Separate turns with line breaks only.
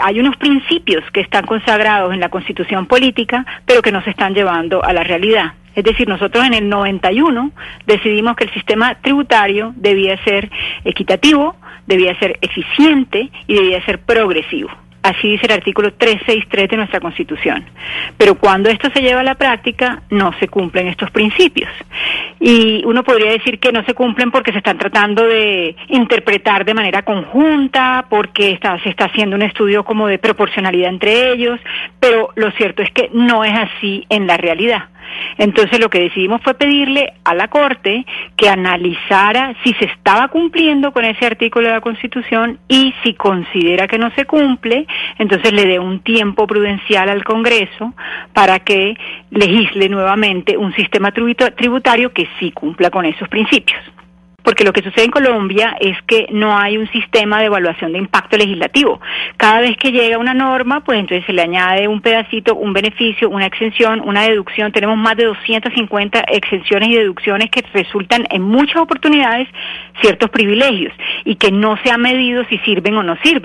Hay unos principios que están consagrados en la constitución política, pero que no se están llevando a la realidad. Es decir, nosotros en el 91 decidimos que el sistema tributario debía ser equitativo, debía ser eficiente y debía ser progresivo. Así dice el artículo 363 de nuestra Constitución. Pero cuando esto se lleva a la práctica, no se cumplen estos principios. Y uno podría decir que no se cumplen porque se están tratando de interpretar de manera conjunta, porque está, se está haciendo un estudio como de proporcionalidad entre ellos, pero lo cierto es que no es así en la realidad. Entonces lo que decidimos fue pedirle a la Corte que analizara si se estaba cumpliendo con ese artículo de la Constitución y si considera que no se cumple, entonces le dé un tiempo prudencial al Congreso para que legisle nuevamente un sistema tributario que sí cumpla con esos principios porque lo que sucede en Colombia es que no hay un sistema de evaluación de impacto legislativo. Cada vez que llega una norma, pues entonces se le añade un pedacito, un beneficio, una exención, una deducción. Tenemos más de 250 exenciones y deducciones que resultan en muchas oportunidades ciertos privilegios y que no se ha medido si sirven o no sirven.